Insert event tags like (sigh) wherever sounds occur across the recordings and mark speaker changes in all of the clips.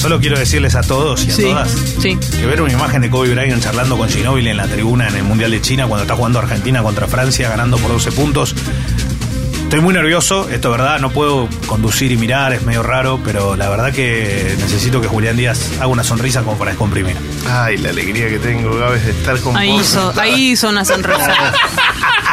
Speaker 1: Solo quiero decirles a todos y a
Speaker 2: Sí,
Speaker 1: todas
Speaker 2: sí.
Speaker 1: que ver una imagen de Kobe Bryant charlando con Ginóbili en la tribuna en el Mundial de China cuando está jugando Argentina contra Francia, ganando por 12 puntos. Estoy muy nervioso, esto es verdad, no puedo conducir y mirar, es medio raro, pero la verdad que necesito que Julián Díaz haga una sonrisa como para descomprimir.
Speaker 3: Ay, la alegría que tengo, Gabes, de estar con
Speaker 2: Ahí
Speaker 3: vos. (laughs)
Speaker 2: hizo, ahí hizo una sonrisa.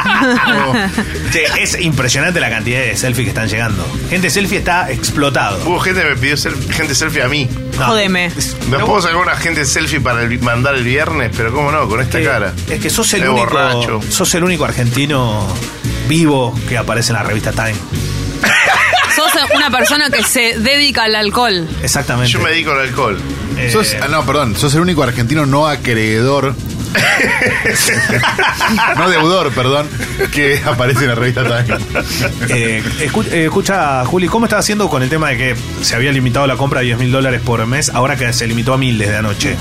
Speaker 3: Ah,
Speaker 1: Che, es impresionante la cantidad de selfies que están llegando. Gente selfie está explotado.
Speaker 3: Hubo gente que me pidió ser, gente selfie a mí.
Speaker 1: No,
Speaker 2: Jódeme.
Speaker 1: es-
Speaker 3: No puedo sacar una gente selfie para el- mandar el viernes, pero cómo no, con esta
Speaker 1: que-
Speaker 3: cara.
Speaker 1: Eh, Es que sos el
Speaker 3: De
Speaker 1: único.
Speaker 3: borracho.
Speaker 1: Sos el único argentino vivo que aparece en la revista Time.
Speaker 2: Sos una persona que se dedica al alcohol.
Speaker 1: Exactamente.
Speaker 3: Yo me dedico al alcohol.
Speaker 1: Eh,
Speaker 4: Sos- ah, no, perdón, sos el único argentino
Speaker 1: (laughs)
Speaker 4: no acreedor. no deudor, perdón, que aparece en la revista Time.
Speaker 1: eh, escu- eh, escucha, Juli, ¿cómo estás haciendo con el tema de que se había limitado la compra a 10 mil dólares por mes, ahora que se limitó a mil desde anoche?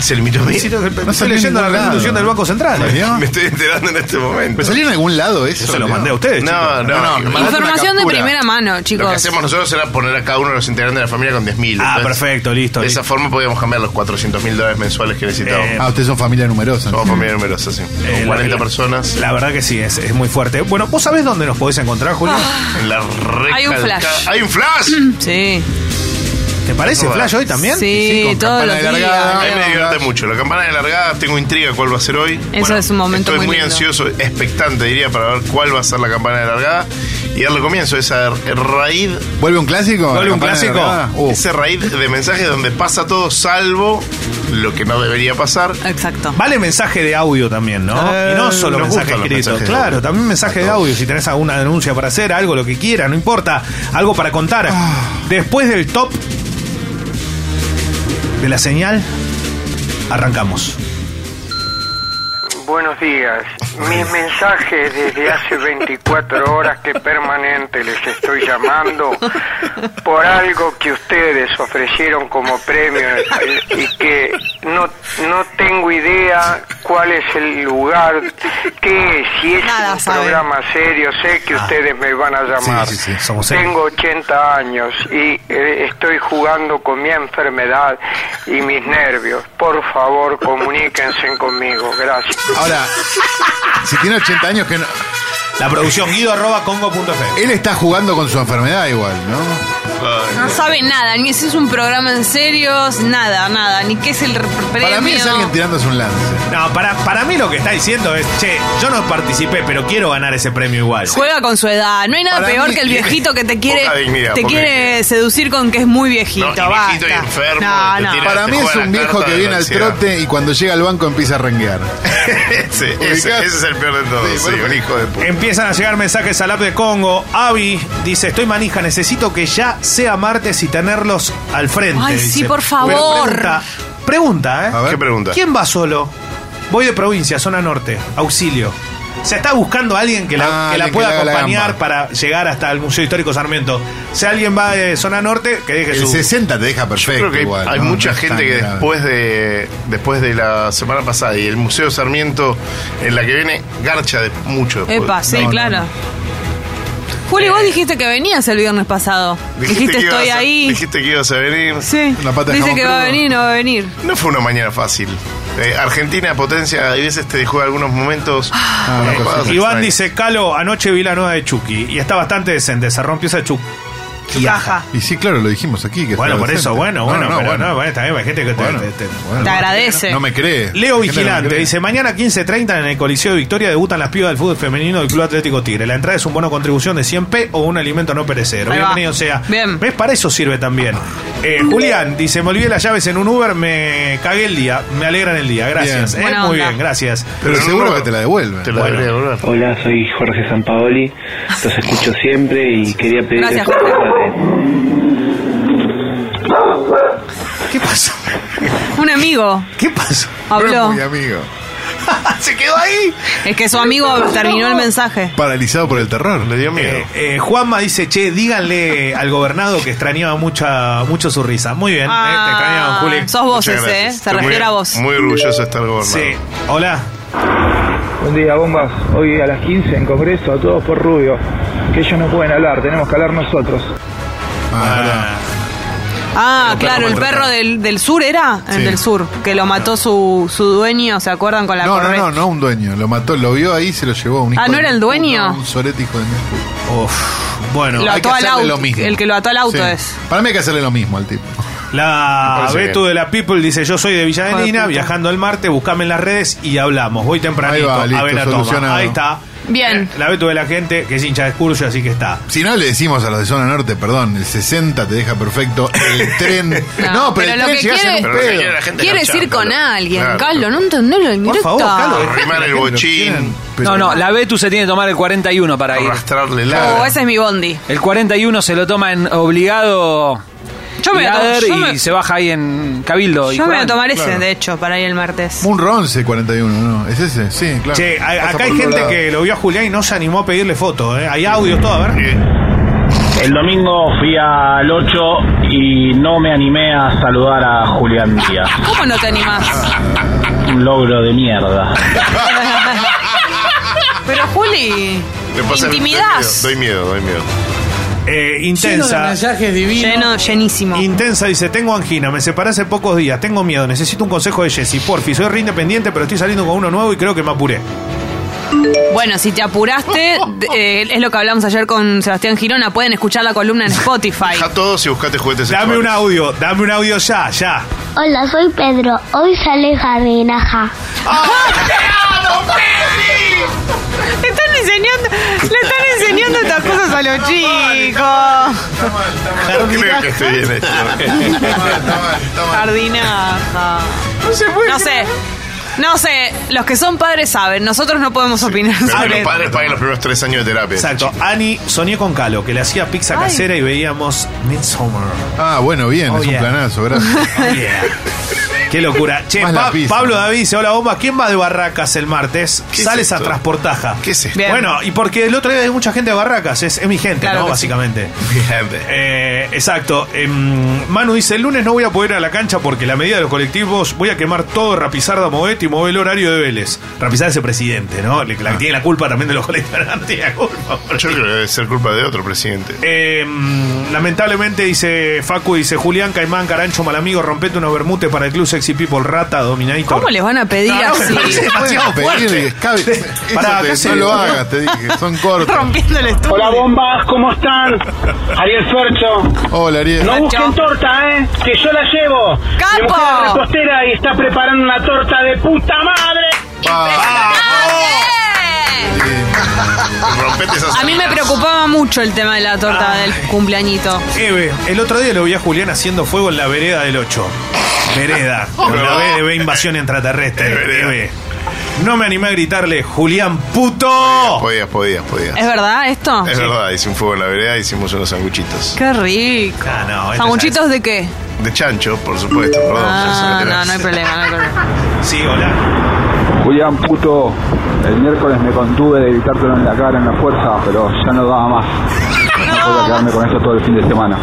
Speaker 3: Se limitó a mí.
Speaker 4: Pues
Speaker 1: Estoy
Speaker 4: salió en
Speaker 1: leyendo la
Speaker 4: ningún lado.
Speaker 1: resolución del Banco Central. eh.
Speaker 4: ¿Salió?
Speaker 3: (laughs) Me estoy enterando en este momento.
Speaker 4: ¿Pero salió en algún lado eso?
Speaker 1: Yo se lo
Speaker 4: ¿no?
Speaker 1: mandé a ustedes.
Speaker 3: No,
Speaker 1: chicos.
Speaker 3: no,
Speaker 4: No, no,
Speaker 3: no.
Speaker 4: Mandate una
Speaker 2: Información de
Speaker 4: captura.
Speaker 2: primera mano, chicos.
Speaker 3: Lo que hacemos nosotros era poner a cada uno de los integrantes de la familia con 10.000.
Speaker 1: Ah,
Speaker 3: entonces,
Speaker 1: perfecto, listo.
Speaker 3: De esa forma podíamos cambiar los 400.000 dólares mensuales que necesitábamos.
Speaker 1: Eh,
Speaker 4: Ah, ustedes son familia numerosa.
Speaker 3: Somos
Speaker 1: Oh.
Speaker 3: familia numerosa, sí.
Speaker 1: Eh,
Speaker 3: Con
Speaker 1: la-
Speaker 3: 40
Speaker 1: la-
Speaker 3: personas.
Speaker 1: La verdad que sí, es, es muy fuerte. Bueno, ¿vos sabés dónde nos podés encontrar, Julio?
Speaker 3: en la recalca-
Speaker 2: Hay un flash. Mm.
Speaker 3: ¡Hay un flash!
Speaker 2: Sí.
Speaker 1: ¿Te parece Flash hoy también?
Speaker 2: Sí,
Speaker 4: con
Speaker 2: todos
Speaker 4: campana
Speaker 2: los
Speaker 4: de
Speaker 2: días.
Speaker 4: largada.
Speaker 3: A mí me
Speaker 2: Leo.
Speaker 3: divierte mucho. La campana de largada, tengo intriga cuál va a ser hoy.
Speaker 2: Eso es un momento
Speaker 3: Estoy
Speaker 2: muy
Speaker 3: muy,
Speaker 2: lindo.
Speaker 3: ansioso, expectante, diría, para ver cuál va a ser la campana de largada. Y darle comienzo a esa raíz,
Speaker 4: ¿Vuelve un clásico?
Speaker 1: ¿Vuelve un
Speaker 4: ¿Campana de
Speaker 1: clásico?
Speaker 4: largada? Uh,
Speaker 3: ese raíz de mensajes donde pasa todo salvo lo que no debería pasar.
Speaker 2: Exacto.
Speaker 1: Vale mensaje de audio también, ¿no?
Speaker 3: Eh,
Speaker 1: y no solo
Speaker 3: nos
Speaker 1: mensaje
Speaker 3: gustan los
Speaker 1: escrito.
Speaker 3: mensajes de
Speaker 1: Claro,
Speaker 3: audio.
Speaker 1: también mensaje de audio. Si tenés alguna denuncia para hacer, algo, lo que quieras, no importa. Algo para contar.
Speaker 3: Ah.
Speaker 1: Después del top de la señal, arrancamos.
Speaker 5: Buenos días. Mis mensajes desde hace 24 horas que permanente les estoy llamando por algo que ustedes ofrecieron como premio eh, y que no, no tengo idea cuál es el lugar, qué es, si es
Speaker 2: Nada
Speaker 5: un
Speaker 2: saben. Ah.
Speaker 5: programa serio, sé que ustedes me van a llamar.
Speaker 1: Sí, sí, sí, somos serios.
Speaker 5: tengo 80 años y eh, estoy jugando con mi enfermedad y mis nervios. Por favor, comuníquense conmigo. Gracias.
Speaker 4: Ahora, si tiene 80 años que no-
Speaker 1: La producción guido arroba congo.fm.
Speaker 4: Él está jugando con su enfermedad igual, ¿no?
Speaker 2: No sabe nada, ni si es un programa en serio, nada, nada, ni qué es el premio.
Speaker 4: Para mí es alguien tirándose un lance.
Speaker 1: No, para, para mí lo que está diciendo es, che, yo no participé, pero quiero ganar ese premio igual.
Speaker 2: Juega con su edad. No hay nada
Speaker 4: Para
Speaker 2: peor
Speaker 4: mí-
Speaker 2: que el viejito que te quiere
Speaker 3: Poca dignidad,
Speaker 2: te
Speaker 3: poca
Speaker 2: quiere seducir con que es muy viejito.
Speaker 3: No, y viejito
Speaker 2: basta.
Speaker 3: y enfermo,
Speaker 2: No,
Speaker 3: te
Speaker 2: no.
Speaker 3: tira-
Speaker 4: Para
Speaker 3: Te
Speaker 4: mí es
Speaker 3: juega la
Speaker 4: un viejo
Speaker 3: carta
Speaker 4: que
Speaker 3: de
Speaker 4: viene
Speaker 3: la
Speaker 4: al
Speaker 3: ansiedad.
Speaker 4: trote y cuando llega al banco empieza a renguear.
Speaker 3: (laughs) ese, ese,
Speaker 4: Ubicás.
Speaker 3: ese es el peor de todos.
Speaker 4: Sí,
Speaker 3: Sí,
Speaker 4: bueno,
Speaker 3: un hijo de puta.
Speaker 1: Empiezan a llegar mensajes al app de Congo. Avi dice, estoy manija, necesito que ya sea martes y tenerlos al frente.
Speaker 2: Ay,
Speaker 1: dice.
Speaker 2: sí, por favor.
Speaker 1: Pero pregunta, pregunta, ¿eh?
Speaker 4: A ver.
Speaker 3: ¿Qué pregunta?
Speaker 1: ¿Quién va solo? Voy de provincia, zona norte, auxilio. Se está buscando a alguien que la,
Speaker 4: Ah,
Speaker 1: que la
Speaker 4: alguien que
Speaker 1: pueda
Speaker 4: le haga la
Speaker 1: acompañar
Speaker 4: gamba.
Speaker 1: para llegar hasta el Museo Histórico Sarmiento. Si alguien va de zona norte, que deje
Speaker 4: El
Speaker 1: su...
Speaker 4: 60 te deja perfecto.
Speaker 3: Creo que hay,
Speaker 4: igual,
Speaker 3: hay
Speaker 4: ¿no?
Speaker 3: mucha
Speaker 4: No es
Speaker 3: gente
Speaker 4: tan
Speaker 3: que
Speaker 4: grave.
Speaker 3: después de después de la semana pasada y el Museo Sarmiento, en la que viene, garcha de mucho. después.
Speaker 2: Epa, sí,
Speaker 4: No, no,
Speaker 2: claro. Juli, vos dijiste que venías el viernes pasado. Dijiste,
Speaker 3: que ibas
Speaker 2: estoy
Speaker 3: a-
Speaker 2: ahí.
Speaker 3: Dijiste que ibas a venir.
Speaker 2: sí.
Speaker 4: Una pata de
Speaker 2: Dice
Speaker 4: jamón
Speaker 2: que va a
Speaker 4: crudo.
Speaker 2: venir, no va a venir.
Speaker 3: No fue una mañana fácil. Eh, Argentina, potencia, a veces te dejó algunos momentos.
Speaker 2: Ah.
Speaker 3: Ah,
Speaker 4: una
Speaker 3: atrapados
Speaker 4: cosa
Speaker 3: extraños.
Speaker 1: Iván dice, Calo, anoche vi la nueva de Chucky y está bastante decente, se rompió esa Chucky.
Speaker 2: Caja.
Speaker 4: Y sí, claro, lo dijimos aquí. que
Speaker 1: Bueno,
Speaker 4: estaba
Speaker 1: por eso,
Speaker 4: decente.
Speaker 1: bueno,
Speaker 4: No,
Speaker 1: bueno,
Speaker 4: no,
Speaker 1: pero
Speaker 4: bueno.
Speaker 1: no, bueno, también hay gente que te-
Speaker 4: Bueno,
Speaker 1: te- te-
Speaker 4: bueno.
Speaker 2: Te agradece.
Speaker 4: No me
Speaker 1: Leo
Speaker 4: cree. La gente no me
Speaker 1: Vigilante
Speaker 4: cree.
Speaker 1: dice, mañana 15.30 en el Coliseo de Victoria debutan las pibas del fútbol femenino del Club Atlético Tigre. La entrada es un bono contribución de 100 p o un alimento no perecero.
Speaker 2: Ahí va.
Speaker 1: Bienvenido sea.
Speaker 2: Bien.
Speaker 1: ¿Ves? Para eso sirve también. Eh, Julián dice, me olvidé las llaves en un Uber, me cagué el día, me alegran el día. Gracias.
Speaker 2: Bien.
Speaker 1: Eh,
Speaker 2: Buena
Speaker 1: muy
Speaker 2: onda.
Speaker 1: bien, gracias.
Speaker 4: Pero
Speaker 3: Pero
Speaker 4: seguro
Speaker 3: no-
Speaker 4: que te la devuelven.
Speaker 3: Te la
Speaker 1: Bueno.
Speaker 3: debería devolver.
Speaker 6: Hola, soy Jorge Sampaoli, los escucho siempre y quería pedirles
Speaker 2: Gracias, Jorge.
Speaker 6: un favor.
Speaker 1: ¿Qué pasó? (laughs)
Speaker 2: Un amigo
Speaker 1: ¿Qué pasó? (laughs)
Speaker 4: No
Speaker 2: habló.
Speaker 4: es muy amigo.
Speaker 1: Se quedó ahí.
Speaker 2: Es que su amigo terminó el mensaje.
Speaker 4: Paralizado por el terror.
Speaker 3: Le dio miedo.
Speaker 1: Eh, eh, Juanma dice, che, díganle al gobernado que extrañaba mucha, mucho su risa. Muy bien, eh, te extrañaban, Juli.
Speaker 2: Sos vos
Speaker 3: Muchas
Speaker 2: ese, ¿eh?
Speaker 3: gracias.
Speaker 2: Se
Speaker 3: Estoy muy-
Speaker 2: refiere a vos.
Speaker 3: Muy orgulloso de estar gobernado.
Speaker 1: Sí, hola.
Speaker 7: Buen día, bombas. Hoy a las 15 en Congreso, a todos por Rubio. Que ellos no pueden hablar, tenemos que hablar nosotros.
Speaker 4: Ah,
Speaker 1: Ah,
Speaker 2: Ah, claro, el
Speaker 3: maltratado.
Speaker 2: perro del, del sur era, el
Speaker 4: Sí.
Speaker 2: del sur, que lo mató su, su dueño, ¿se acuerdan con la
Speaker 4: No, no,
Speaker 2: correa?
Speaker 4: no, no un dueño. Lo mató, lo vio ahí y se lo llevó. Un hijo
Speaker 2: Ah, ¿no
Speaker 4: de
Speaker 2: era el
Speaker 4: mil puta,
Speaker 2: dueño?
Speaker 4: Un sorete hijo de mil puta.
Speaker 1: Uf, bueno,
Speaker 2: Lo
Speaker 4: Hay
Speaker 2: ató
Speaker 4: que
Speaker 2: al
Speaker 4: hacerle
Speaker 2: auto,
Speaker 4: lo mismo.
Speaker 2: el que lo ató al auto
Speaker 4: Sí.
Speaker 2: es.
Speaker 4: Para mí hay que hacerle lo mismo al tipo.
Speaker 1: la
Speaker 3: parece
Speaker 1: Betu
Speaker 3: bien.
Speaker 1: de la People dice, yo soy de Villa de
Speaker 2: Joder,
Speaker 1: Lina,
Speaker 2: puta.
Speaker 1: viajando al Marte, buscame en las redes y hablamos. Voy tempranito,
Speaker 4: Ahí va, listo,
Speaker 1: a ver la
Speaker 4: solucionado.
Speaker 1: toma. Ahí está.
Speaker 2: Bien.
Speaker 4: Eh,
Speaker 1: La Betu de la gente, que es hincha de Escurcio, así que está.
Speaker 4: Si no le decimos a los de zona norte, perdón, el 60 te deja perfecto, el tren.
Speaker 2: (laughs) No,
Speaker 4: No,
Speaker 2: pero
Speaker 4: pero, el
Speaker 2: lo
Speaker 4: tren
Speaker 2: que
Speaker 4: llegás
Speaker 2: quiere-
Speaker 4: en un
Speaker 3: Pero lo que
Speaker 4: pedo.
Speaker 3: quiere la gente
Speaker 2: Quiere
Speaker 3: es
Speaker 2: ir
Speaker 3: garchar,
Speaker 2: con
Speaker 3: claro.
Speaker 2: alguien,
Speaker 3: Claro.
Speaker 2: Carlos, no entendés lo
Speaker 1: Por
Speaker 2: indirecta.
Speaker 1: favor, Carlos.
Speaker 3: Arrimar el bochín,
Speaker 4: Pero-
Speaker 8: No, no, la Betu se tiene que tomar el 41 para ir.
Speaker 3: arrastrarle la.
Speaker 2: Oh, ese es mi bondi.
Speaker 8: El 41 se lo toma en obligado
Speaker 2: Yo me, voy a to-
Speaker 8: Lader
Speaker 2: yo
Speaker 8: y
Speaker 2: me-
Speaker 8: se baja ahí en Cabildo. y
Speaker 2: yo me voy a
Speaker 8: Juan.
Speaker 2: tomar ese, de hecho, para ir el martes.
Speaker 4: Munro 11, 41, ¿no? ¿Es ese? Sí, claro.
Speaker 1: Che, a-
Speaker 4: Pasa
Speaker 1: acá
Speaker 4: por
Speaker 1: hay
Speaker 4: otro
Speaker 1: gente
Speaker 4: lado.
Speaker 1: que lo vio a Julián y no se animó a pedirle fotos. ¿eh? Hay audios, todo, a ver.
Speaker 9: El domingo fui al 8 y no me animé a saludar a Julián Díaz.
Speaker 2: ¿Cómo no te
Speaker 4: (laughs)
Speaker 2: animás?
Speaker 9: Un logro de mierda.
Speaker 2: Pero Juli,
Speaker 3: Le pasa el-
Speaker 2: intimidás.
Speaker 3: Doy miedo, doy miedo. doy miedo.
Speaker 1: Eh, intensa.
Speaker 2: Lleno, llenísimo.
Speaker 1: Intensa dice, tengo angina, me separé hace pocos días, tengo miedo, necesito un consejo de Jessy. Porfi, soy re independiente, pero estoy saliendo con uno nuevo y creo que me apuré.
Speaker 2: Bueno, si te apuraste, eh, es lo que hablamos ayer con Sebastián Girona, pueden escuchar la columna en
Speaker 3: (laughs)
Speaker 2: Spotify.
Speaker 3: Deja todos y buscate juguetes
Speaker 1: Dame
Speaker 3: sexuales.
Speaker 1: un audio, dame un audio ya, ya.
Speaker 10: Hola, soy Pedro. Hoy sale jardín, ajá.
Speaker 2: Le están enseñando, le están enseñando estas cosas a los chicos.
Speaker 3: No (laughs) creo que esté bien
Speaker 1: (laughs)
Speaker 3: esto.
Speaker 4: Está mal, está mal, está mal.
Speaker 2: Jardinaja. No sé. No sé, los que son padres saben, nosotros no podemos opinar
Speaker 3: Pero que
Speaker 2: sobre
Speaker 3: los padres paguen los primeros tres años de terapia.
Speaker 1: Exacto. Ani soñé con Calo, que le hacía pizza
Speaker 2: Ay.
Speaker 1: casera y veíamos
Speaker 2: (laughs)
Speaker 1: Midsummer.
Speaker 4: Ah, bueno, bien,
Speaker 1: Oh,
Speaker 4: es
Speaker 1: yeah.
Speaker 4: un
Speaker 1: (laughs)
Speaker 4: planazo, gracias.
Speaker 1: Oh, yeah. Qué locura. Che,
Speaker 4: Más la
Speaker 1: Pa-
Speaker 4: pizza.
Speaker 1: Pablo David dice, hola bomba, ¿quién va de Barracas el martes?
Speaker 3: ¿Qué es
Speaker 1: Sales a
Speaker 3: esto?
Speaker 1: transportaja.
Speaker 3: ¿Qué es esto?
Speaker 2: Bien.
Speaker 1: Bueno, y porque el otro día hay mucha gente de Barracas, es, es mi gente, ¿no?
Speaker 2: Claro que sí.
Speaker 1: Básicamente.
Speaker 3: Bien.
Speaker 1: Eh, exacto. Em, Manu dice, el lunes no voy a poder ir a la cancha porque la medida de los colectivos voy a quemar todo Rapizarda Movet y mover el horario de Vélez. Rapizarda es el presidente, ¿no? Le-
Speaker 3: Ah.
Speaker 1: la que tiene la culpa también de los (laughs) colectivos. No tiene la culpa, por
Speaker 3: Yo creo que debe ser culpa de otro presidente.
Speaker 1: eh, lamentablemente dice Facu, dice Julián Caimán, Carancho, Malamigo, rompete unos bermutes para el club Sexy People, Rata, Dominator.
Speaker 2: cómo les van a pedir
Speaker 1: No, no, me
Speaker 2: así,
Speaker 1: parece demasiado
Speaker 4: Pueden pedir
Speaker 1: fuerte.
Speaker 4: el escabe. Eso
Speaker 1: Pará,
Speaker 4: te-
Speaker 1: acá se-
Speaker 4: no lo hagas, te dije, son cortos.
Speaker 2: rompiendo el estudio.
Speaker 9: Hola bombas, ¿cómo están? Ariel Fercho.
Speaker 4: Hola, Ariel.
Speaker 9: No busquen torta, ¿eh? Que yo la llevo. Mi
Speaker 2: ¡Capo!
Speaker 9: mujer es repostera y está preparando una torta de puta madre.
Speaker 4: Ah,
Speaker 2: ¡Impresionante!
Speaker 3: Rompete esas
Speaker 2: Eh, A mí me
Speaker 3: alas.
Speaker 2: preocupaba mucho el tema de la torta del cumpleañito.
Speaker 1: Eve, el otro día lo vi a Julián haciendo fuego en la vereda del 8. (laughs) Vereda, con la B de B invasión extraterrestre. Eve. No me animé a gritarle, Julián puto.
Speaker 3: Podías, podías, podías.
Speaker 2: ¿Es verdad esto?
Speaker 3: Es verdad, hice un fuego en la vereda, hicimos unos sanguchitos.
Speaker 2: Qué rico.
Speaker 1: Ah, no, este
Speaker 2: ¿Sanguchitos de qué?
Speaker 3: De chancho, por supuesto, perdón. ya
Speaker 2: Ah,
Speaker 3: se me
Speaker 2: no, no hay
Speaker 3: enteraste.
Speaker 2: problema, no
Speaker 3: (laughs)
Speaker 2: hay problema.
Speaker 1: Sí, hola.
Speaker 7: Julián, puto, el miércoles me contuve de gritártelo en la cara, en la fuerza, pero ya no daba más.
Speaker 2: (laughs)
Speaker 7: No puedo quedarme con esto todo el fin de semana.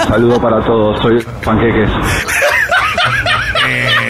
Speaker 7: Un saludo para todos, soy Panqueques.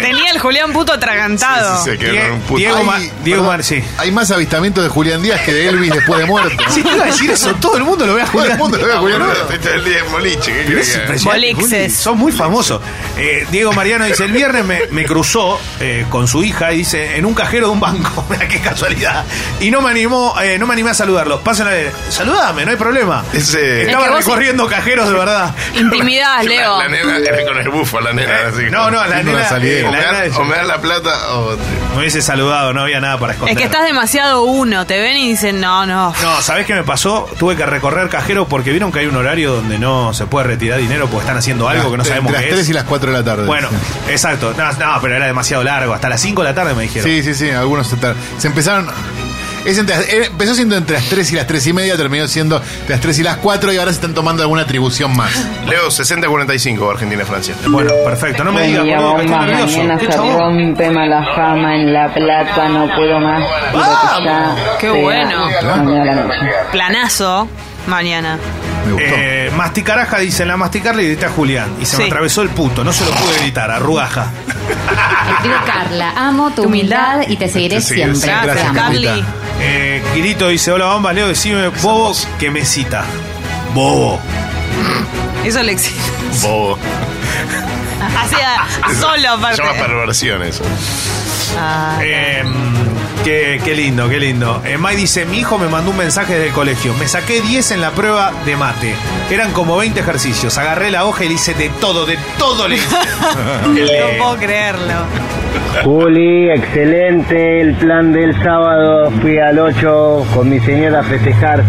Speaker 2: Tenía el Julián puto atragantado.
Speaker 3: Sí, sí, se quedó
Speaker 1: Die-
Speaker 3: con un puto.
Speaker 1: Diego
Speaker 3: Ay,
Speaker 1: Ma- Diego Mar- sí.
Speaker 4: Hay más avistamientos de Julián Díaz que de Elvis después de muerto.
Speaker 1: Sí, te iba a decir eso, todo el mundo lo ve a
Speaker 4: Todo el
Speaker 1: Julián.
Speaker 4: mundo lo ve a Julián
Speaker 3: boludo,
Speaker 4: Díaz.
Speaker 3: estoy todo el día en boliche, ¿qué
Speaker 1: Es
Speaker 3: crees que haga?
Speaker 1: impresionante,
Speaker 2: Bolixes.
Speaker 1: Juli. Son muy famosos. Eh, Diego Mariano dice, el viernes me, me cruzó eh, con su hija y dice, en un cajero de un banco. (laughs) Mirá qué casualidad. Y no me animó, eh, no me animé a saludarlo. Pásenla, saludame, no hay problema.
Speaker 3: Ese-
Speaker 1: Estaba
Speaker 2: Es que vos-
Speaker 1: recorriendo cajeros de verdad.
Speaker 2: Intimidad, Leo.
Speaker 3: (laughs) La, la nena era con el bufo, Eh, la nena. eh, así que-
Speaker 1: No, no, la
Speaker 4: Una
Speaker 1: nena,
Speaker 4: salida.
Speaker 1: la
Speaker 3: O me,
Speaker 1: nena
Speaker 3: dan, o me dan la plata o.
Speaker 1: me hubiese saludado, no había nada para esconder.
Speaker 2: Es que estás demasiado uno, te ven y dicen, no, no.
Speaker 1: No, ¿sabés qué me pasó? Tuve que recorrer cajeros porque vieron que hay un horario donde no se puede retirar dinero porque están haciendo algo que no sabemos
Speaker 4: Entre
Speaker 1: qué
Speaker 4: las 3
Speaker 1: es.
Speaker 4: y las 4 de la tarde. (laughs)
Speaker 1: Bueno,
Speaker 4: Sí.
Speaker 1: exacto. No, no, pero era demasiado largo. Hasta las 5 de la tarde me dijeron.
Speaker 4: Sí, sí, sí, algunos se, tar- se empezaron. es entre las- eh, empezó siendo entre las 3 y las 3 y media, terminó siendo entre las 3 y las 4 y ahora se están tomando alguna atribución más.
Speaker 3: Leo, 60-45, Argentina-Francia.
Speaker 1: Bueno, perfecto. No me digas, boludo, que estoy nervioso. ¿Qué chabón?
Speaker 11: rompe mala fama en La Plata, no puedo más.
Speaker 2: Qué bueno. Planazo mañana.
Speaker 4: Me gustó.
Speaker 1: Eh, masticaraja dice, en la masticar le grité a Julián y se me
Speaker 2: Sí.
Speaker 1: atravesó el puto, no se lo pude gritar, arrugaja.
Speaker 11: Carla, amo tu humildad y te seguiré
Speaker 3: Te seguiré
Speaker 11: siempre.
Speaker 4: siempre.
Speaker 2: Gracias,
Speaker 4: Gracias,
Speaker 2: Carly.
Speaker 4: mamita.
Speaker 1: Eh, Quirito dice, hola bombas, Leo, decime bobo que me cita. Bobo.
Speaker 2: Eso le exige. (laughs)
Speaker 3: Bobo.
Speaker 2: Hacía Ah,
Speaker 3: (laughs)
Speaker 2: solo
Speaker 3: Se
Speaker 2: aparte.
Speaker 3: llama perversión eso.
Speaker 2: Ah,
Speaker 1: Eh, qué, qué lindo, qué lindo. Eh, Mai dice, mi hijo me mandó un mensaje del colegio. Me saqué 10 en la prueba de mate. Eran como 20 ejercicios. Agarré la hoja y le hice de todo, de todo. Le hice. Qué
Speaker 3: Eh.
Speaker 2: no
Speaker 1: lindo.
Speaker 2: puedo creerlo.
Speaker 12: Juli, excelente el plan del sábado. Fui al 8 con mi señora a festejar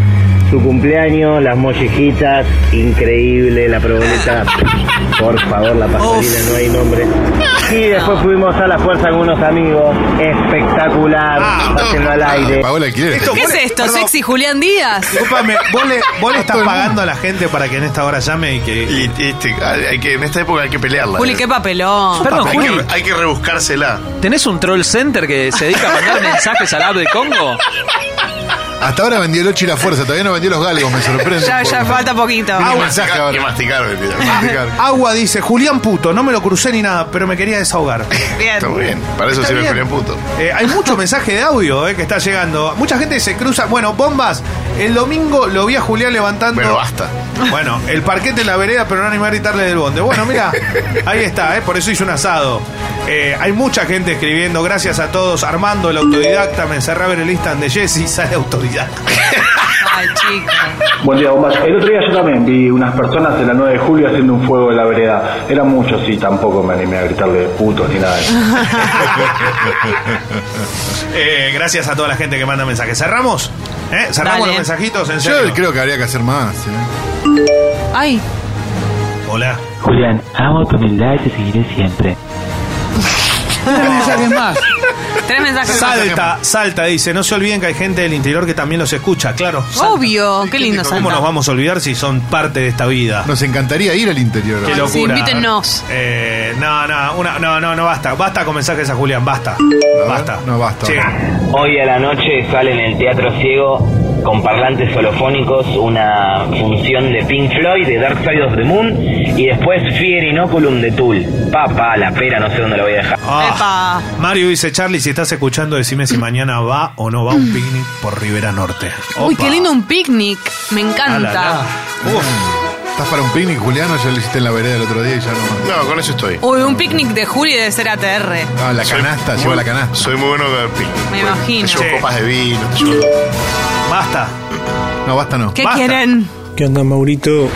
Speaker 12: su cumpleaños, las mollejitas, increíble, la proboleta, por favor, la pastorina, no hay nombre. Y después fuimos a la fuerza con unos amigos, espectacular,
Speaker 4: Ah,
Speaker 12: haciendo al aire.
Speaker 2: ¿Qué es esto? ¿Sexy Julián Díaz?
Speaker 1: Disculpame, ¿vos le, vos le estás pagando a la gente para que en esta hora llame y que...
Speaker 3: este, hay que en esta época hay que pelearla. Eh,
Speaker 2: Juli, qué papelón.
Speaker 8: Perdón,
Speaker 3: hay,
Speaker 8: Juli.
Speaker 3: que, hay que rebuscársela.
Speaker 8: ¿Tenés un troll center que se dedica a mandar mensajes al app de Congo?
Speaker 4: Hasta ahora vendió el 8 y la fuerza, todavía no vendió los galgos, me sorprende.
Speaker 2: Ya, ya falta poquito.
Speaker 3: Ah,
Speaker 4: Tiene
Speaker 2: Agua.
Speaker 4: mensaje ahora.
Speaker 1: Agua dice, Julián puto, no me lo crucé ni nada, pero me quería desahogar.
Speaker 2: Bien.
Speaker 3: Está muy bien. Para eso
Speaker 1: Está
Speaker 3: sirve el
Speaker 1: bien.
Speaker 3: Julián Puto.
Speaker 1: Eh, hay mucho mensaje de audio eh, que está llegando. Mucha gente se cruza. Bueno, bombas. El domingo lo vi a Julián levantando.
Speaker 3: Bueno, basta.
Speaker 1: Bueno, el parquete en la vereda, pero no animé a gritarle del bonde. Bueno, mira, ahí está, ¿eh? por eso hice un asado. Eh, hay mucha gente escribiendo, gracias a todos. Armando, el autodidacta, me encerré a ver el Instagram de Jesse, sale autodidacta.
Speaker 2: Ay, chica.
Speaker 7: Buen día, bombas. El otro día yo también vi unas personas en la 9 de julio haciendo un fuego en la vereda. Eran muchos, sí, tampoco me animé a gritarle putos ni nada de eso.
Speaker 1: (laughs) Eh, gracias a toda la gente que manda mensajes. ¿Cerramos? ¿Eh? ¿Cerramos
Speaker 2: Dale.
Speaker 1: los mensajitos? En serio.
Speaker 4: Yo creo que habría que hacer más. ¿eh?
Speaker 2: Ay,
Speaker 1: Hola.
Speaker 13: Julián, amo tu humildad y te seguiré siempre.
Speaker 8: mensajes más.
Speaker 2: tres mensajes.
Speaker 1: Salta, salta, dice. No se olviden que hay gente del interior que también los escucha, claro.
Speaker 2: Obvio, qué lindo
Speaker 1: ¿Cómo nos
Speaker 2: Oh, Salta.
Speaker 1: vamos a olvidar si son parte de esta vida?
Speaker 4: Nos encantaría ir al interior.
Speaker 1: Qué
Speaker 2: Ay, sí,
Speaker 1: locura.
Speaker 2: invítennos.
Speaker 1: Eh, no, no, una- no, no, no, basta. Basta con mensajes a Julián, basta. Basta.
Speaker 4: No, basta.
Speaker 1: Sí.
Speaker 12: Hoy a la noche sale en el Teatro Ciego con parlantes solofónicos una función de Pink Floyd, de Dark Side of the Moon y después Fear Inoculum de Tool. Papá, la pera, no sé dónde la voy a dejar.
Speaker 1: Ah. Mario dice, Charlie, si estás escuchando, decime si mañana va o no va un picnic por Rivera Norte.
Speaker 2: Uy,
Speaker 1: Opa.
Speaker 2: qué lindo un picnic. Me
Speaker 1: Ah, la, la.
Speaker 2: encanta.
Speaker 1: Uf.
Speaker 4: ¿Estás para un picnic, Julián, o ya lo hiciste en la vereda el otro día y ya no?
Speaker 3: No, con eso estoy.
Speaker 2: Uy, un picnic de Juli debe ser ATR.
Speaker 4: Ah, la
Speaker 3: Soy
Speaker 4: canasta,
Speaker 3: muy-
Speaker 4: lleva la canasta.
Speaker 3: Soy muy bueno con el picnic.
Speaker 2: Me
Speaker 3: Bueno,
Speaker 2: imagino.
Speaker 3: Te llevo
Speaker 1: Sí.
Speaker 3: copas de vino, te llevo-
Speaker 1: Basta.
Speaker 4: No, basta no.
Speaker 2: ¿Qué
Speaker 1: Basta.
Speaker 2: quieren?
Speaker 14: ¿Qué onda, Maurito?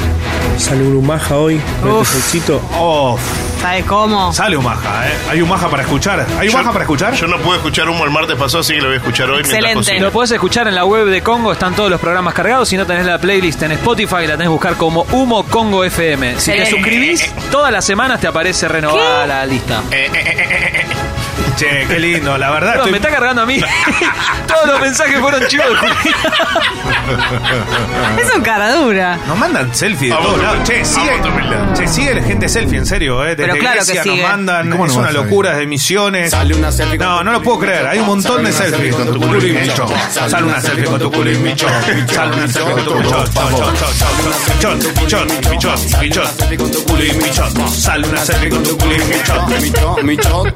Speaker 14: Salud Maja hoy. este
Speaker 1: Uf. Oh,
Speaker 2: ¿Sabe cómo?
Speaker 1: sale Humaja, ¿eh? Hay Humaja para escuchar. ¿Hay Humaja
Speaker 3: Yo-
Speaker 1: para escuchar?
Speaker 3: Yo no pude escuchar humo el martes pasado, así que lo voy a escuchar hoy mientras
Speaker 2: Excelente.
Speaker 3: cocino.
Speaker 2: Bien.
Speaker 8: Lo podés escuchar en la web de Congo, están todos los programas cargados. Si no tenés la playlist en Spotify, la tenés que buscar como Humo Congo FM. Si te
Speaker 2: Excelente.
Speaker 8: suscribís, todas las semanas te aparece renovada la lista.
Speaker 1: Che, qué lindo. La verdad,
Speaker 8: Perdón,
Speaker 1: estoy-
Speaker 8: Me está cargando a mí. (laughs) todos los mensajes fueron chivos de Julián.
Speaker 2: (laughs) Es un cara dura.
Speaker 1: Nos mandan selfie de
Speaker 3: Vamos,
Speaker 1: todos lados.
Speaker 3: Tomela.
Speaker 1: Che, sigue,
Speaker 3: Vamos, Tomela.
Speaker 1: che, sigue la gente selfie, en serio, ¿eh? Desde
Speaker 2: Pero claro que
Speaker 1: Grecia
Speaker 2: sigue.
Speaker 1: nos mandan.
Speaker 4: ¿Y cómo
Speaker 1: es
Speaker 4: no
Speaker 1: una
Speaker 4: vas a
Speaker 1: locura de misiones. no, no lo puedo creer. Hay un montón de selfies. Con tu culo y micho. Sale una selfie con tu culo y micho. Sale una selfie con tu culo Michón, michón, michón, michón. Con tu culo y michón. Sale una selfie con tu culo y michón.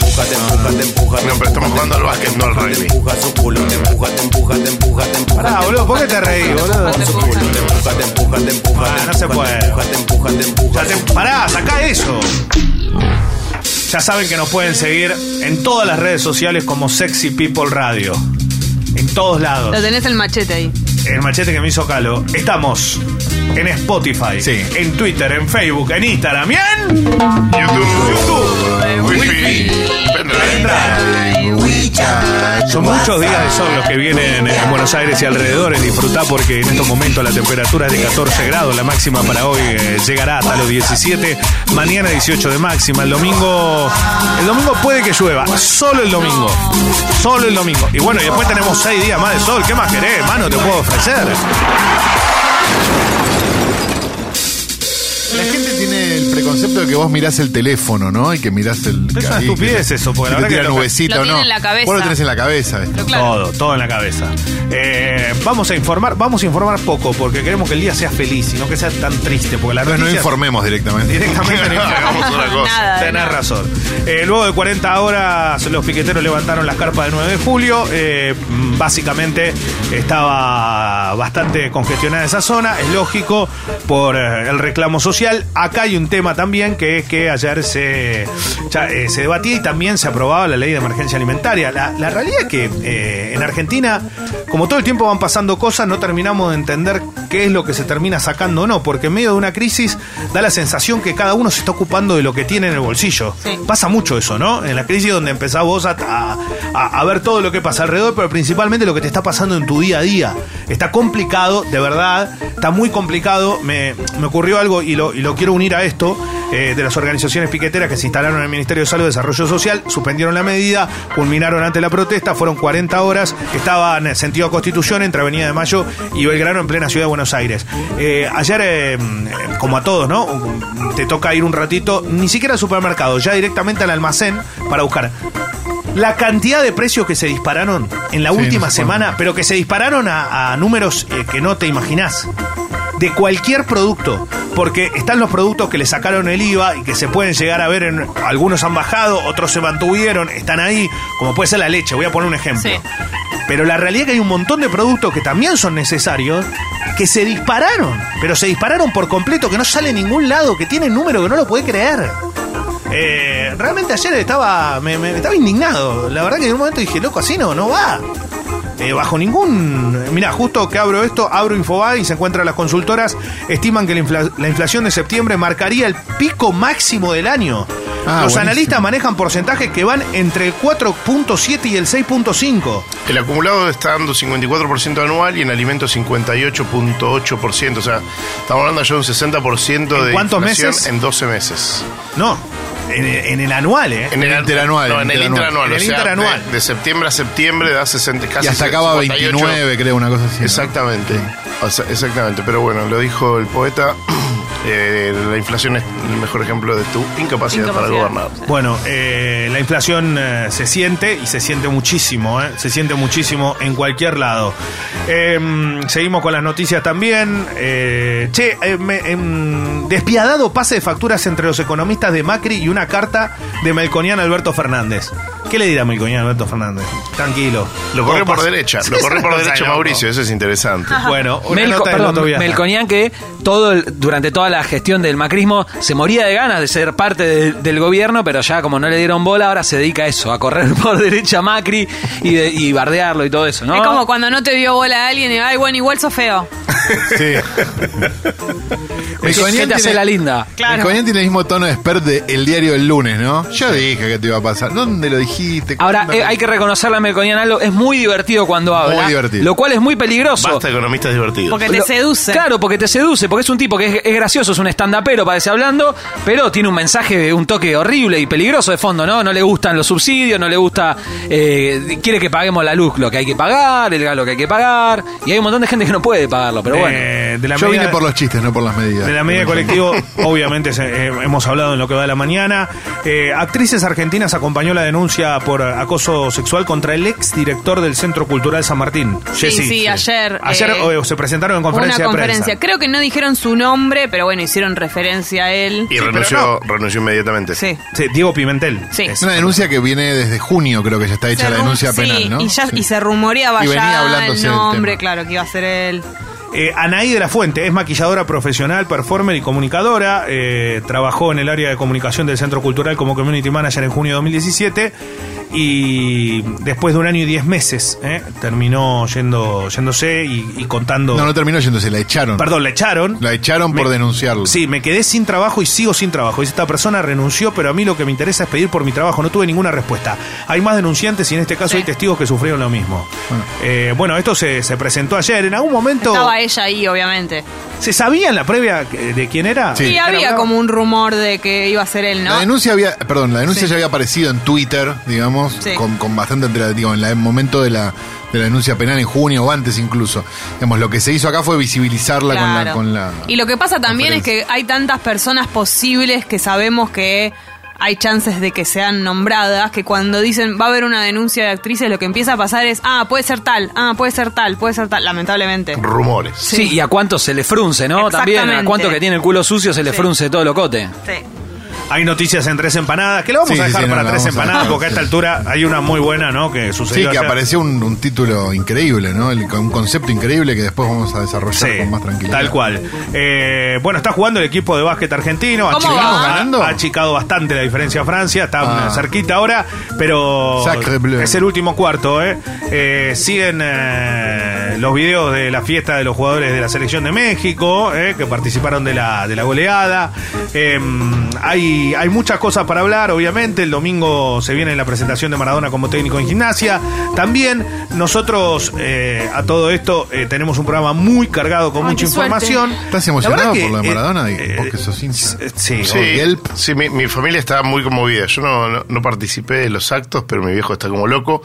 Speaker 3: No, pero estamos jugando al básquet, no al rugby.
Speaker 1: Pará, boludo, ¿por qué te reí, boludo? Ah, no se puede. Ya te- Pará, sacá eso. Ya saben que nos pueden seguir en todas las redes sociales como Sexy People Radio. En todos lados.
Speaker 2: Lo tenés el machete ahí.
Speaker 1: El machete que me hizo Calo. Estamos en Spotify,
Speaker 4: Sí.
Speaker 1: en Twitter, en Facebook, en Instagram y en
Speaker 3: YouTube, Wi-Fi,
Speaker 1: Pendrive. Son muchos días de sol los que vienen en Buenos Aires y alrededores. Disfrutá porque en estos momentos la temperatura es de 14 grados. La máxima para hoy eh, llegará hasta los 17. Mañana 18 de máxima. El domingo. El domingo puede que llueva. Solo el domingo. Solo el domingo. Y bueno, y después tenemos 6 días más de sol. ¿Qué más querés, hermano? Te puedo ofrecer.
Speaker 4: La gente tiene el preconcepto de que vos mirás el teléfono, ¿no? Y que mirás el.
Speaker 1: Es una
Speaker 4: ahí,
Speaker 1: estupidez
Speaker 4: que-
Speaker 1: eso, porque la
Speaker 4: que
Speaker 1: verdad
Speaker 4: te
Speaker 1: que
Speaker 4: tira
Speaker 1: lo-
Speaker 4: nubecita
Speaker 2: Lo
Speaker 4: o no.
Speaker 2: tiene en la cabeza.
Speaker 4: Vos lo tenés en la cabeza. esto.
Speaker 2: Lo claro.
Speaker 1: Todo, todo en la cabeza. Eh, vamos a informar, vamos a informar poco porque queremos que el día sea feliz y no que sea tan triste. Porque la
Speaker 4: Entonces no
Speaker 1: noticia-
Speaker 4: informemos directamente. (laughs)
Speaker 1: Directamente no
Speaker 2: (laughs)
Speaker 1: informamos.
Speaker 3: Hagamos otra cosa.
Speaker 2: Nada,
Speaker 1: Tenés
Speaker 2: nada.
Speaker 1: razón. Eh, luego de 40 horas, los piqueteros levantaron las carpas del 9 de julio. Eh, mm, básicamente estaba bastante congestionada esa zona. Es lógico por eh, el reclamo social. Acá hay un tema también que es que ayer se, ya, eh, se debatía y también se aprobaba la ley de emergencia alimentaria. La, la realidad es que eh, en Argentina, como todo el tiempo van pasando cosas, no terminamos de entender qué es lo que se termina sacando o no, porque en medio de una crisis da la sensación que cada uno se está ocupando de lo que tiene en el bolsillo. Pasa mucho eso, ¿no? En la crisis donde empezás vos a, a- a- a ver todo lo que pasa alrededor, pero principalmente lo que te está pasando en tu día a día. Está complicado, de verdad, está muy complicado. Me, me ocurrió algo y lo, y lo quiero unir a esto, eh, de las organizaciones piqueteras que se instalaron en el Ministerio de Salud y Desarrollo Social, suspendieron la medida, culminaron ante la protesta, fueron 40 horas, estaban en sentido Constitución entre Avenida de Mayo y Belgrano en plena ciudad de Buenos Aires. Eh, ayer, eh, como a todos, ¿no? Te toca ir un ratito, ni siquiera al supermercado, ya directamente al almacén para buscar. La cantidad de precios que se dispararon en la
Speaker 4: Sí,
Speaker 1: última
Speaker 4: no sé cuánto.
Speaker 1: semana, pero que se dispararon a, a números eh, que no te imaginás. De cualquier producto, porque están los productos que le sacaron el IVA y que se pueden llegar a ver en. Algunos han bajado, otros se mantuvieron, están ahí, como puede ser la leche, voy a poner un ejemplo. Pero la realidad es que hay un montón de productos que también son necesarios que se dispararon, pero se dispararon por completo, que no sale en ningún lado, que tienen número que no lo puede creer. Eh, realmente ayer estaba, me, me- estaba indignado. La verdad que en un momento dije, loco, así no, no va. Eh, bajo ningún. Mirá, justo que abro esto, abro Infobae y se encuentran las consultoras. Estiman que la, infla- la inflación de septiembre marcaría el pico máximo del año.
Speaker 4: Ah,
Speaker 1: Los
Speaker 4: buenísimo.
Speaker 1: analistas manejan porcentajes que van entre el 4.7 y el 6.5.
Speaker 3: El acumulado está dando 54% anual y en alimentos 58.8%. O sea, estamos hablando ya de un 60% de
Speaker 1: cuántos
Speaker 3: inflación
Speaker 1: meses?
Speaker 3: En 12 meses.
Speaker 1: No, en, en el anual, ¿eh?
Speaker 3: En el interanual. No, en el interanual.
Speaker 1: En el
Speaker 3: o sea,
Speaker 1: interanual.
Speaker 3: De, de septiembre a septiembre da 60, casi
Speaker 4: Y hasta acaba
Speaker 3: 58.
Speaker 4: 29, creo, una cosa así.
Speaker 3: Exactamente. O sea, exactamente. Pero bueno, lo dijo el poeta. (clears throat) eh, la inflación es el mejor ejemplo de tu incapacidad para gobernar.
Speaker 1: Bueno, eh, la inflación eh, se siente y se siente muchísimo, eh, se siente muchísimo en cualquier lado. Em, seguimos con las noticias también. Eh, che, eh, me- em, despiadado pase de facturas entre los economistas de Macri y una carta de Melconian Alberto Fernández. ¿Qué le dirá Melconian Alberto Fernández? Tranquilo.
Speaker 3: Lo corrió
Speaker 1: Todo
Speaker 3: por
Speaker 1: pasa.
Speaker 3: derecha. Lo corrió por derecha Mauricio. Eso es interesante.
Speaker 1: Bueno, una
Speaker 8: Melco-
Speaker 1: nota del
Speaker 8: perdón,
Speaker 1: Otto Viana.
Speaker 8: Melconian que todo el- durante toda la gestión del macrismo se moría de ganas de ser parte de- del gobierno, pero ya como no le dieron bola, ahora se dedica a eso, a correr (laughs) por derecha a Macri y, de- y bardearlo y todo eso, ¿no?
Speaker 2: Es como cuando no te dio bola a alguien y, ay, bueno, igual sos feo.
Speaker 1: (laughs)
Speaker 4: Sí.
Speaker 8: Melconian ¿Qué te hace la linda?
Speaker 2: Claro.
Speaker 4: Melconian tiene el mismo tono de expert de el diario del lunes, ¿no? Yo dije que te iba a pasar. ¿Dónde lo dijiste?
Speaker 8: Ahora,
Speaker 4: ¿Cuándo
Speaker 8: eh,
Speaker 4: lo-
Speaker 8: hay que reconocerle a Melconian algo, es muy divertido cuando habla.
Speaker 4: divertido.
Speaker 8: Lo cual es muy peligroso.
Speaker 3: Basta de economistas divertidos.
Speaker 2: Porque te
Speaker 8: Lo-
Speaker 2: seduce.
Speaker 8: Claro, porque te seduce, porque es un tipo que es, es gracioso, es un estandapero, parece hablando, pero tiene un mensaje, un toque horrible y peligroso de fondo, ¿no? No le gustan los subsidios, no le gusta. eh, quiere que paguemos la luz, lo que hay que pagar, el gas, lo que hay que pagar, y hay un montón de gente que no puede pagarlo, pero bueno.
Speaker 1: Eh, de la
Speaker 4: Yo vine
Speaker 1: medida-
Speaker 4: por los chistes, no por las medidas.
Speaker 1: De la media colectivo, obviamente se- eh, hemos hablado en lo que va de la mañana. Eh, actrices argentinas acompañó la denuncia por acoso sexual contra el ex director del Centro Cultural San Martín.
Speaker 2: Sí,
Speaker 1: Jessy.
Speaker 2: sí, ayer,
Speaker 1: Ayer
Speaker 2: eh,
Speaker 1: eh, se presentaron en conferencia
Speaker 2: Una
Speaker 1: de
Speaker 2: conferencia.
Speaker 1: prensa.
Speaker 2: Creo que no dijeron su nombre, pero bueno, hicieron referencia a él.
Speaker 3: Y renunció, renunció inmediatamente.
Speaker 2: Sí.
Speaker 1: Sí, Diego Pimentel.
Speaker 2: Sí.
Speaker 4: Es una denuncia que viene desde junio, creo que ya está hecha
Speaker 2: Se
Speaker 4: la
Speaker 2: rum-
Speaker 4: denuncia
Speaker 2: sí,
Speaker 4: penal, ¿no?
Speaker 2: Y, ya-
Speaker 4: Sí.
Speaker 2: y se rumoreaba
Speaker 4: Y venía
Speaker 2: ya
Speaker 4: hablándose
Speaker 2: el
Speaker 4: del
Speaker 2: nombre,
Speaker 4: tema.
Speaker 2: claro, que iba a ser él.
Speaker 1: Eh, Anaí de la Fuente es maquilladora profesional, performer y comunicadora. Eh, trabajó en el área de comunicación del Centro Cultural como Community Manager en junio de 2017 y después de un año y diez meses eh, terminó yendo, yéndose y, y contando...
Speaker 4: No, no terminó yéndose, la echaron.
Speaker 1: Perdón, la echaron.
Speaker 4: La echaron por denunciarlo.
Speaker 1: Sí, me quedé sin trabajo y sigo sin trabajo. Dice, esta persona renunció, pero a mí lo que me interesa es pedir por mi trabajo. No tuve ninguna respuesta. Hay más denunciantes y en este caso hay testigos que sufrieron lo mismo. Bueno, bueno esto se, se presentó ayer. En algún momento...
Speaker 2: Estaba ella ahí, obviamente.
Speaker 1: ¿Se sabía en la previa eh, de quién era?
Speaker 2: Sí,
Speaker 1: Era
Speaker 2: había
Speaker 1: bravo.
Speaker 2: como un rumor de que iba a ser él, ¿no?
Speaker 4: La denuncia había, perdón, la denuncia ya había aparecido en Twitter, digamos,
Speaker 2: Sí.
Speaker 4: con, con bastante, entre- digo, en la- el momento de la, de la denuncia penal en junio o antes incluso. Digamos, lo que se hizo acá fue visibilizarla
Speaker 2: Claro.
Speaker 4: con la, con la
Speaker 2: Y lo que pasa también es que hay tantas personas posibles que sabemos que hay chances de que sean nombradas, que cuando dicen va a haber una denuncia de actrices, lo que empieza a pasar es, ah, puede ser tal, ah, puede ser tal, puede ser tal, lamentablemente.
Speaker 3: Rumores.
Speaker 8: Sí, y a cuánto se le frunce, ¿no? También, a
Speaker 2: Exactamente.
Speaker 8: cuánto que tiene el culo sucio se le frunce todo locote.
Speaker 2: Sí.
Speaker 1: Hay noticias en Tres Empanadas, que lo vamos
Speaker 4: Sí,
Speaker 1: a
Speaker 4: sí,
Speaker 1: dejar
Speaker 4: sí, no,
Speaker 1: para
Speaker 4: la
Speaker 1: Tres
Speaker 4: vamos a
Speaker 1: Empanadas,
Speaker 4: dejar,
Speaker 1: porque a esta altura hay una muy buena, ¿no? Que
Speaker 4: Sí,
Speaker 1: sucedió.
Speaker 4: que
Speaker 1: ayer.
Speaker 4: apareció un, un título increíble, ¿no? El- un concepto increíble que después vamos a desarrollar con más tranquilidad.
Speaker 1: Tal cual. Eh, bueno, está jugando el equipo de básquet argentino. Ha
Speaker 4: ¿Cómo
Speaker 1: achicado,
Speaker 4: va?
Speaker 1: ha- ha achicado bastante la diferencia a Francia. Está una cerquita ahora, pero
Speaker 4: Sacre Ah. bleu.
Speaker 1: es el último cuarto. ¿eh? Eh, siguen eh, los videos de la fiesta de los jugadores de la selección de México ¿eh? que participaron de la, de la goleada. Eh, hay, hay muchas cosas para hablar, obviamente. El domingo se viene la presentación de Maradona como técnico en gimnasia. También nosotros eh, a todo esto eh, tenemos un programa muy cargado con
Speaker 4: Ay,
Speaker 1: mucha
Speaker 4: qué suerte.
Speaker 1: información.
Speaker 4: ¿Estás emocionado
Speaker 1: verdad
Speaker 4: por lo de
Speaker 1: eh,
Speaker 4: Maradona? Vos que sos hincha.
Speaker 1: Sí,
Speaker 3: Sí, sí, mi, mi familia estaba muy conmovida. Yo no, no- no participé de los actos, pero mi viejo está como loco.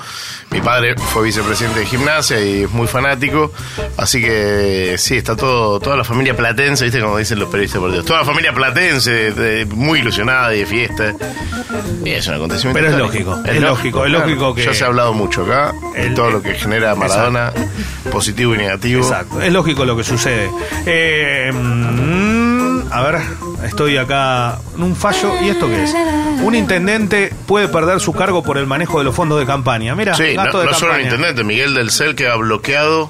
Speaker 3: Mi padre fue vicepresidente de gimnasia y es muy fanático. Así que sí, está todo, toda la familia platense, ¿viste? Como dicen los periodistas deportivos. Toda la familia platense, de- muy ilusionada y de fiesta. Y es un acontecimiento.
Speaker 1: Pero es
Speaker 3: histórico.
Speaker 1: lógico, es lógico, es
Speaker 3: claro.
Speaker 1: lógico que-
Speaker 3: Ya se ha hablado mucho acá, de todo lo que genera Maradona, positivo y negativo.
Speaker 1: Exacto, es lógico lo que sucede. Eh, mm, a ver, estoy acá en un fallo. ¿Y esto qué es? Un intendente puede perder su cargo por el manejo de los fondos de campaña. Mira,
Speaker 3: sí, no,
Speaker 1: gasto Ah, de
Speaker 3: no solo el
Speaker 1: campaña.
Speaker 3: intendente, Miguel del CEL queda bloqueado.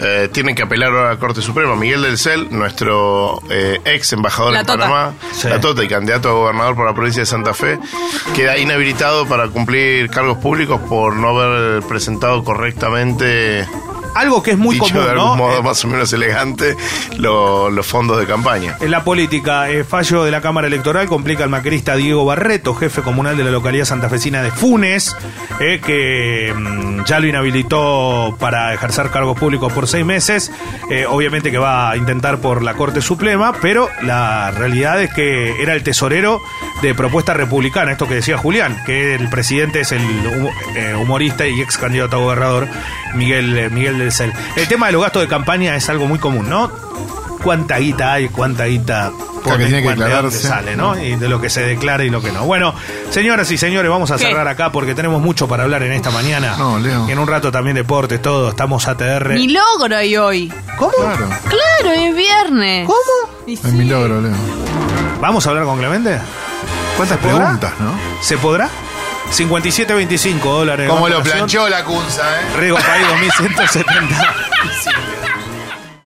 Speaker 3: eh, tienen que apelar ahora a la Corte Suprema. Miguel del CEL, nuestro eh, ex embajador
Speaker 2: La
Speaker 3: en
Speaker 2: Tota.
Speaker 3: Panamá,
Speaker 1: Sí.
Speaker 3: la Tota y candidato a gobernador por la provincia de Santa Fe, queda inhabilitado para cumplir cargos públicos por no haber presentado correctamente.
Speaker 1: Algo que es muy
Speaker 3: dicho
Speaker 1: común,
Speaker 3: de
Speaker 1: ¿no? Eh,
Speaker 3: algún modo más o menos elegante, lo- los fondos de campaña.
Speaker 1: En la política, eh, fallo de la Cámara Electoral complica al macrista Diego Barreto, jefe comunal de la localidad santafesina de Funes, eh, que mm, ya lo inhabilitó para ejercer cargos públicos por seis meses. Eh, obviamente que va a intentar por la Corte Suprema, pero la realidad es que era el tesorero de propuesta republicana, esto que decía Julián, que el presidente es el hu- eh, humorista y ex candidato a gobernador Miguel, eh, Miguel del Cel. El tema de los gastos de campaña es algo muy común, ¿no? cuánta guita hay, cuánta guita
Speaker 4: que tiene que
Speaker 1: cuánta de dónde
Speaker 4: declararse.
Speaker 1: sale, ¿no? Y de lo que se declara y lo que no. Bueno, señoras y señores, vamos a
Speaker 2: ¿Qué?
Speaker 1: cerrar acá porque tenemos mucho para hablar en esta mañana.
Speaker 4: No, Leo.
Speaker 1: Y en un rato también deportes, todo. Estamos ATR.
Speaker 2: Mi logro hay hoy.
Speaker 1: ¿Cómo?
Speaker 4: Claro.
Speaker 2: Claro, es viernes. ¿Cómo?
Speaker 4: Es mi logro, Leo.
Speaker 1: ¿Vamos a hablar con Clemente?
Speaker 4: ¿Cuántas
Speaker 1: podrá?
Speaker 4: preguntas, no?
Speaker 1: ¿Se podrá? 57.25 dólares.
Speaker 4: Como
Speaker 1: Banco
Speaker 4: lo
Speaker 1: Nación.
Speaker 4: planchó la cunza, ¿eh?
Speaker 1: Rigo País 2170.